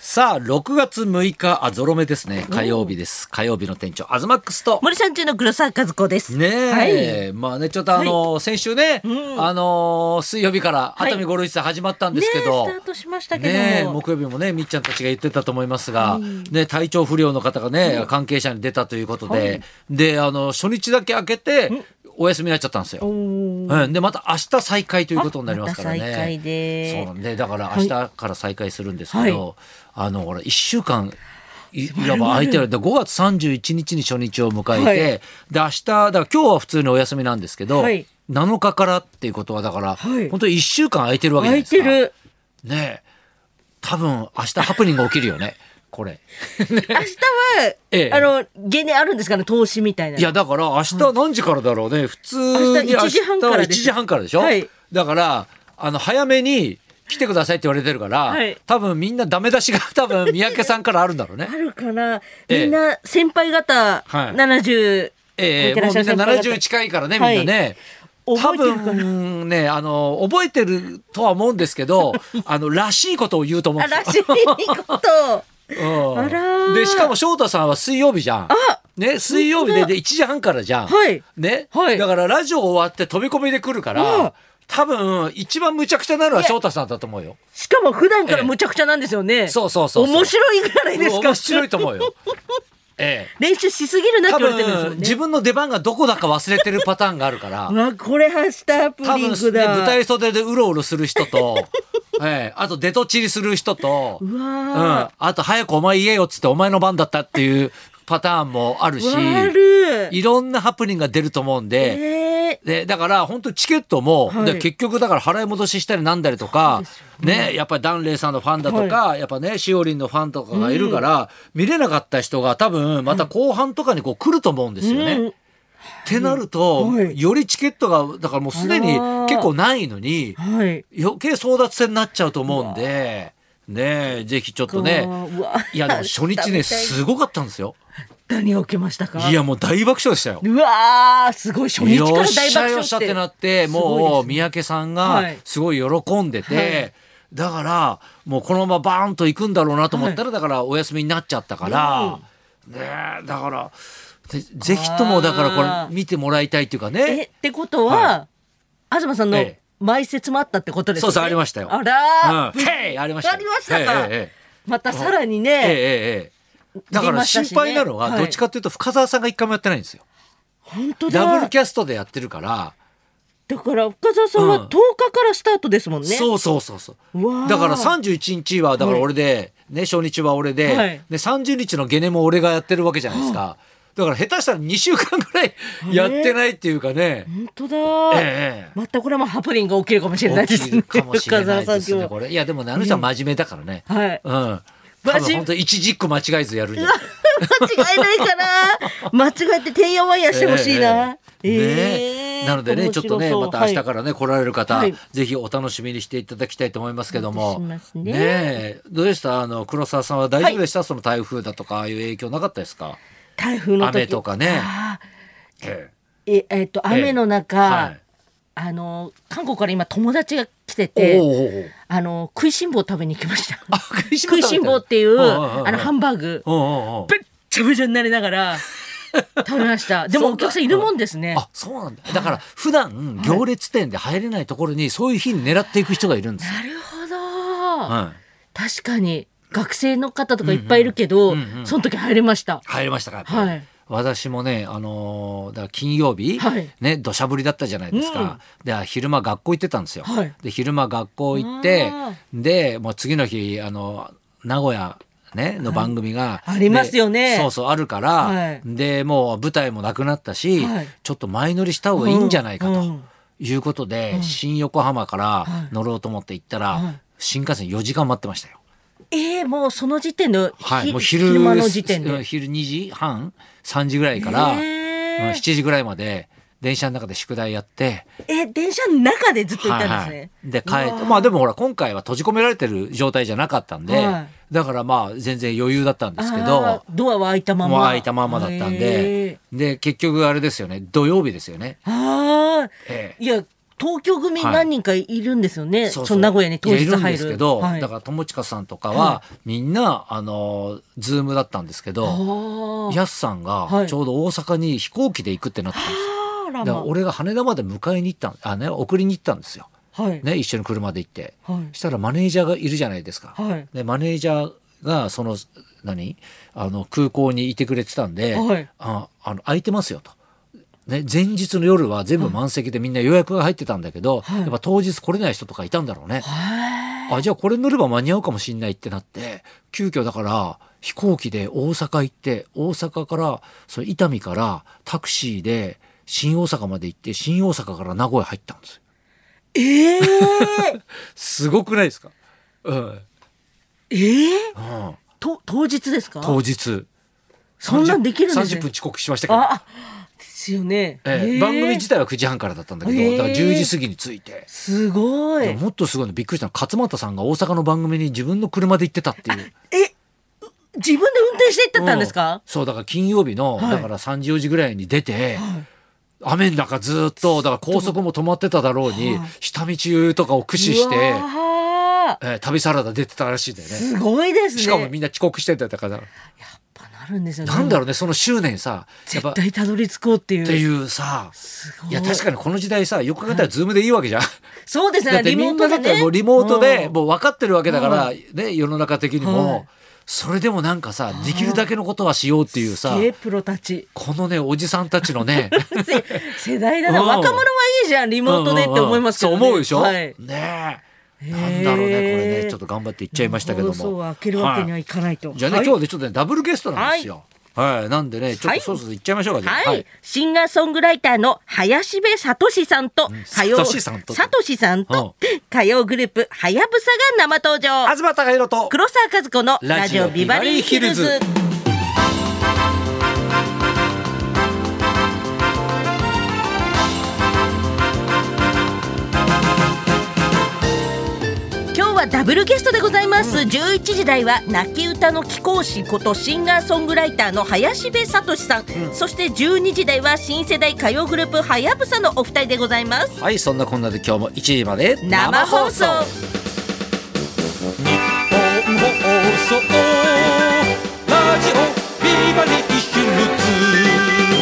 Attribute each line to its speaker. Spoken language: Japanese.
Speaker 1: さあ、6月6日、あ、ゾロ目ですね。火曜日です。火曜日の店長、アズマックスと。
Speaker 2: 森さん中の黒沢和子です。
Speaker 1: ねえ、まあね、ちょっとあの、先週ね、
Speaker 2: うん
Speaker 1: あのー水曜日から
Speaker 2: い
Speaker 1: 熱海五類さん始まったん
Speaker 2: ね
Speaker 1: ですけど。
Speaker 2: スタートしましたけど。
Speaker 1: ねえ木曜日もねみっちゃんたちが言ってたと思いますが、
Speaker 2: うん
Speaker 1: ね、体調不良の方がね、関係者に出たということで、であの初日だけ開けてお休みになっちゃったんですよ。
Speaker 2: おー
Speaker 1: うん、でまた明日再開ということになりますからね。
Speaker 2: あまた再開で
Speaker 1: そうなんでだから明日から再開するんですけど、あのほら1週間いいわば空いてるで5月31日に初日を迎えて、
Speaker 2: はい
Speaker 1: で明日だから今日は普通にお休みなんですけど、
Speaker 2: はい
Speaker 1: 7日からっていうことはだから、
Speaker 2: はい
Speaker 1: 本当に1週間空いてるわけじゃ
Speaker 2: 空
Speaker 1: ない
Speaker 2: い
Speaker 1: ですか。
Speaker 2: てる。
Speaker 1: ねえ多分明日ハプニング起きるよねこれ。
Speaker 2: 明日は、
Speaker 1: ええ
Speaker 2: あの、ゲネあるんですかね、投資みたいな。
Speaker 1: いやだから明日何時からだろうね、普通に
Speaker 2: 明日1時半からです
Speaker 1: 1時半からでしょ、
Speaker 2: はい
Speaker 1: だからあの早めに来てくださいって言われてるから、
Speaker 2: はい
Speaker 1: 多分みんなダメ出しが 多分三宅さんからあるんだろうね
Speaker 2: あ。るかな。
Speaker 1: ええ
Speaker 2: みんな、先輩方、
Speaker 1: はい
Speaker 2: 70、
Speaker 1: ええもうみんな70近いからねみんなね。多
Speaker 2: 覚えてるかな
Speaker 1: 分ねあの覚えてるとは思うんですけ どあのらしいことを言うと思う
Speaker 2: あ
Speaker 1: んですよ
Speaker 2: らしい こと。
Speaker 1: うん
Speaker 2: あらー
Speaker 1: でしかも翔太さんは水曜日じゃん。ね水曜日
Speaker 2: 本
Speaker 1: で
Speaker 2: 当だ
Speaker 1: で1時半からじゃん。
Speaker 2: はい
Speaker 1: ね、
Speaker 2: はい
Speaker 1: だからラジオ終わって飛び込みで来るから、
Speaker 2: うん
Speaker 1: 多分一番むちゃくちゃなのは翔太さんだと思うよ。
Speaker 2: しかも普段からむちゃくちゃなんですよね。
Speaker 1: そうそうそうそう
Speaker 2: 面白いぐらいですか。
Speaker 1: 面白いと思う よ。ええ。
Speaker 2: 練習しすぎるなっ
Speaker 1: 多
Speaker 2: て言われてるん
Speaker 1: 分、
Speaker 2: です
Speaker 1: 自
Speaker 2: よね。
Speaker 1: 分の出番がどこだか忘れてるパターンがあるから
Speaker 2: う。わ、これ明日アプ
Speaker 1: 多
Speaker 2: リ
Speaker 1: 分、
Speaker 2: ン
Speaker 1: ね、
Speaker 2: グ
Speaker 1: 舞
Speaker 2: だ。
Speaker 1: 台袖でうろうろする人と、 ええ、あと出とちりする人と、
Speaker 2: うわー
Speaker 1: うん、あと早くお前言えよっつってお前の番だったっていうパターンもあるし、
Speaker 2: わる
Speaker 1: いろんなハプニングが出ると思うんで、
Speaker 2: えー
Speaker 1: でだから本当チケットも、
Speaker 2: はい
Speaker 1: で結局だから払い戻ししたりなんだりとか、ねやっぱりダンレイさんのファンだとか、やっぱねしおりんのファンとかがいるから、見れなかった人が多分また後半とかにこう来ると思うんですよね。
Speaker 2: うん
Speaker 1: ってなると、
Speaker 2: はい
Speaker 1: よりチケットがだからもうすでに
Speaker 2: あら
Speaker 1: 結構ないのに
Speaker 2: はい。
Speaker 1: 余計争奪戦になっちゃうと思うんでねぜひちょっとね
Speaker 2: うわ
Speaker 1: いやでも初日ね
Speaker 2: 明日み
Speaker 1: すごかったんですよ。
Speaker 2: たいに何が起きましたか。
Speaker 1: いやもう大爆笑でしたよ。
Speaker 2: うわーすごい初日から
Speaker 1: よっ
Speaker 2: 大爆笑っ。
Speaker 1: してゃよっしゃってなって
Speaker 2: すごいですね
Speaker 1: もう三宅さん
Speaker 2: は
Speaker 1: が
Speaker 2: い
Speaker 1: すごい喜んでて、
Speaker 2: はい
Speaker 1: だからもうこのままバーンと行くんだろうなと思ったら、だからお休みになっちゃったから、ねえだからぜぜひともだから
Speaker 2: あ
Speaker 1: こ
Speaker 2: ー
Speaker 1: れ見てもらいたいっていうか
Speaker 2: え
Speaker 1: ね。
Speaker 2: ってことは、
Speaker 1: は
Speaker 2: 東さんの
Speaker 1: ええ
Speaker 2: 埋設もあったってことですよね。
Speaker 1: そうそうありましたよ
Speaker 2: あらー、
Speaker 1: うんへいありましたよ
Speaker 2: ありましたか。
Speaker 1: えええ
Speaker 2: またさらにね
Speaker 1: ええ、えええだか
Speaker 2: 出
Speaker 1: ら
Speaker 2: ました
Speaker 1: 心
Speaker 2: しね
Speaker 1: 配なのは
Speaker 2: はい
Speaker 1: どっちかというと深澤さんが一回もやってないんですよ。
Speaker 2: 本当だ。
Speaker 1: ダブルキャストでやってるから。
Speaker 2: だから深澤さん
Speaker 1: うん
Speaker 2: は10日からスタートですもんね。
Speaker 1: そうそうそうそう
Speaker 2: わ
Speaker 1: う。
Speaker 2: ー
Speaker 1: だから31日はだから俺で、ね初日は俺で、
Speaker 2: はい
Speaker 1: で30日のゲネも俺がやってるわけじゃないですか。だから下手したら2週間ぐらいやってないっていうかね。
Speaker 2: 本当
Speaker 1: え
Speaker 2: だ、
Speaker 1: えええ
Speaker 2: またこれもハプニングが起きるかもしれないです
Speaker 1: 起き
Speaker 2: ね。
Speaker 1: るかもしれないで
Speaker 2: 深
Speaker 1: す
Speaker 2: 澤
Speaker 1: ね
Speaker 2: さん
Speaker 1: これ。いやでもねあの人は真面目だからね。
Speaker 2: 今日。はい。
Speaker 1: うん。
Speaker 2: 真
Speaker 1: 多
Speaker 2: 面目
Speaker 1: 分本当一軸間違えずやるんじゃない。
Speaker 2: 間違えないか な。間違えててんやわんやしてほしいな。
Speaker 1: ええ
Speaker 2: え
Speaker 1: ね
Speaker 2: え
Speaker 1: なのでね
Speaker 2: 面
Speaker 1: ちょ
Speaker 2: 白
Speaker 1: っ
Speaker 2: そ
Speaker 1: と
Speaker 2: う
Speaker 1: ねまた明日
Speaker 2: は
Speaker 1: からね来られる方、
Speaker 2: はい
Speaker 1: ぜひお楽しみにしていただきたいと思いますけど
Speaker 2: お
Speaker 1: も
Speaker 2: 願いしますね
Speaker 1: えどうでしたあの黒沢さんは大丈夫でした、その台風だとかああいう影響なかったですか、
Speaker 2: い台風の時
Speaker 1: 雨とかね
Speaker 2: あー
Speaker 1: え
Speaker 2: ええっと雨の中、
Speaker 1: えはい
Speaker 2: あの韓国から今友達が来
Speaker 1: お
Speaker 2: て
Speaker 1: う
Speaker 2: て、
Speaker 1: おうおう
Speaker 2: あの食いしん坊食べに行きました。
Speaker 1: あ食いしん坊
Speaker 2: 食いしん坊っていうあのハン
Speaker 1: バ
Speaker 2: バーグ、
Speaker 1: ーグ
Speaker 2: べっちゃべちゃになりな がら食べました。でも
Speaker 1: そんな
Speaker 2: お客さんいるもんですね。
Speaker 1: あそうなんだだから普段行列店で入れないところにそういう日に狙っていく人がいるんですよ、
Speaker 2: なるほど。
Speaker 1: はい、
Speaker 2: 確かに学生の方とかいっぱいいるけど、
Speaker 1: うんうんうん
Speaker 2: その時入れました。
Speaker 1: 入りましたかやっぱり
Speaker 2: はい
Speaker 1: 私もね、あのーだから金曜日、
Speaker 2: はい
Speaker 1: ね土砂降りだったじゃないですか、で昼間学校行ってたんですよ、
Speaker 2: はい
Speaker 1: で昼間学校行って
Speaker 2: あ
Speaker 1: でもう次の日あの名古屋ね、の番組が、
Speaker 2: ありますよね
Speaker 1: でそうそうあるから、
Speaker 2: はい
Speaker 1: でもう舞台もなくなったし、
Speaker 2: はい
Speaker 1: ちょっと前乗りした方がいいんじゃないか
Speaker 2: う
Speaker 1: と
Speaker 2: ん
Speaker 1: いうことで、新横浜から乗ろうと思って行ったら、
Speaker 2: はい
Speaker 1: 新幹線4時間待ってましたよ。
Speaker 2: ええもうその時点の、
Speaker 1: はい、
Speaker 2: ひ
Speaker 1: もう昼
Speaker 2: 間の時
Speaker 1: う
Speaker 2: 点
Speaker 1: ん
Speaker 2: で。
Speaker 1: 昼2時半3時ぐらいから、
Speaker 2: へー
Speaker 1: うん7時ぐらいまで電車の中で宿題やって、
Speaker 2: え電車の中でずっといたんですね。
Speaker 1: はいはいで帰ってまあでもほら今回は閉じ込められてる状態じゃなかったんで、
Speaker 2: は
Speaker 1: だからまあ全然余裕だったんですけ
Speaker 2: あー
Speaker 1: ど、
Speaker 2: ドアは開いたまま。
Speaker 1: もう開いたままだったん
Speaker 2: へ
Speaker 1: で
Speaker 2: ー。
Speaker 1: で結局あれですよね土曜日ですよね。
Speaker 2: ああ、
Speaker 1: ええ
Speaker 2: いや東京組
Speaker 1: はい
Speaker 2: 何人かいるんですよね。
Speaker 1: そうそう
Speaker 2: その名古屋に当日入
Speaker 1: い
Speaker 2: る。
Speaker 1: やいんですけど、
Speaker 2: はい、。
Speaker 1: だからら友近さんとかは、
Speaker 2: は
Speaker 1: みんなあのズームだったんですけどやすさん
Speaker 2: は
Speaker 1: が
Speaker 2: い
Speaker 1: ちょうど大阪に飛行機で行くってなってたんですよ
Speaker 2: あ
Speaker 1: だ
Speaker 2: ら
Speaker 1: から
Speaker 2: ま。
Speaker 1: 俺が羽田まで迎えに行ったんあ、ね、送りに行ったんですよ、
Speaker 2: はい。
Speaker 1: ね、一緒に車で行って、
Speaker 2: はい
Speaker 1: したらマネージャーがいるじゃないですか、
Speaker 2: はい
Speaker 1: でマネージャーがその何あの空港にいてくれてたんで「
Speaker 2: はい
Speaker 1: ああの空いてますよ」と。ね、前日の夜は全部満席でみんな予約が入ってたんだけど、
Speaker 2: はい
Speaker 1: やっぱ当日来れない人とかいたんだろうね、あじゃあこれ乗れば間に合うかもしんないってなって急遽だから飛行機で大阪行って大阪からその伊丹からタクシーで新大阪まで行って新大阪から名古屋入ったんですよ
Speaker 2: ええ
Speaker 1: すごくないですか、うん
Speaker 2: ええ
Speaker 1: うん、
Speaker 2: と当日ですか。
Speaker 1: 当日
Speaker 2: そんなんできるんです
Speaker 1: 30
Speaker 2: ね
Speaker 1: 分遅刻しましたけど、
Speaker 2: あ、あですよね。
Speaker 1: ええ
Speaker 2: ええ
Speaker 1: 番組自体は9時半からだったんだけど、
Speaker 2: ええ
Speaker 1: だから10時過ぎに着いて。
Speaker 2: すご
Speaker 1: で
Speaker 2: い
Speaker 1: も。もっとすごいのびっくりしたのは勝俣さんが大阪の番組に自分の車で行ってたっていう。
Speaker 2: え、自分で運転していってったんです
Speaker 1: うん
Speaker 2: か。
Speaker 1: そうだから金曜日の、
Speaker 2: はい
Speaker 1: だから3時4時ぐらいに出て、雨の中ずっとだから高速も止まってただろうに、
Speaker 2: はい
Speaker 1: 下道とかを駆使して、
Speaker 2: うわあ
Speaker 1: えー旅サラダ出てたらしいんだよね。
Speaker 2: すごいですね。
Speaker 1: しかもみんな遅刻してたから、
Speaker 2: やっぱなるんですよね。
Speaker 1: なんだ
Speaker 2: ろ
Speaker 1: ろうねその執念さやっぱ
Speaker 2: 絶
Speaker 1: っ
Speaker 2: 対たどり着こうっていう。
Speaker 1: ていうさ
Speaker 2: すごい。
Speaker 1: いや確かにこの時代さよく考えたらズームでいいわけじゃん。
Speaker 2: そうです
Speaker 1: だっ
Speaker 2: ね。
Speaker 1: て
Speaker 2: リ
Speaker 1: み
Speaker 2: モ
Speaker 1: ん
Speaker 2: ート
Speaker 1: なだ
Speaker 2: で
Speaker 1: って
Speaker 2: ね。
Speaker 1: もうリモートで
Speaker 2: うん
Speaker 1: もう分かってるわけだから、ね、世の中的にも、
Speaker 2: はい
Speaker 1: それでもなんかさできるだけのことはしようっていうさ
Speaker 2: すげえプロたち。
Speaker 1: このねおじさんたちのね
Speaker 2: せ世代だな。
Speaker 1: うん
Speaker 2: 若者はいいじゃん。リモートでって思いますけどね。
Speaker 1: うんうんうんそう思う
Speaker 2: は
Speaker 1: で
Speaker 2: い
Speaker 1: しょ、。ねえ
Speaker 2: へえ
Speaker 1: なんだろうねこれねちょっと頑張っていっちゃいましたけども
Speaker 2: そう開けるわけにはいいかないと。
Speaker 1: じゃあね、
Speaker 2: はい
Speaker 1: 今日はねちょっとねダブルゲストなんですよはい、なんでねちょっとそろそろいっちゃいましょうかじゃあ
Speaker 2: はい、シンガーソングライターの林部聡さんと、火曜
Speaker 1: 聡さんと
Speaker 2: 聡さんと火曜グループはやぶさが生登場
Speaker 1: 東貴弘と
Speaker 2: 黒沢和子のラジオビバリーヒルズ
Speaker 1: ラジオビ
Speaker 2: 今日はダブルゲストでございます、11時台は泣き歌の貴公子ことシンガーソングライターの林部聡さん、そして12時台は新世代歌謡グループはやぶさのお二人でございます
Speaker 1: はいそんなこんなで今日も1時まで
Speaker 2: 生放送
Speaker 1: 日本放送ラジオビバリーヒルズ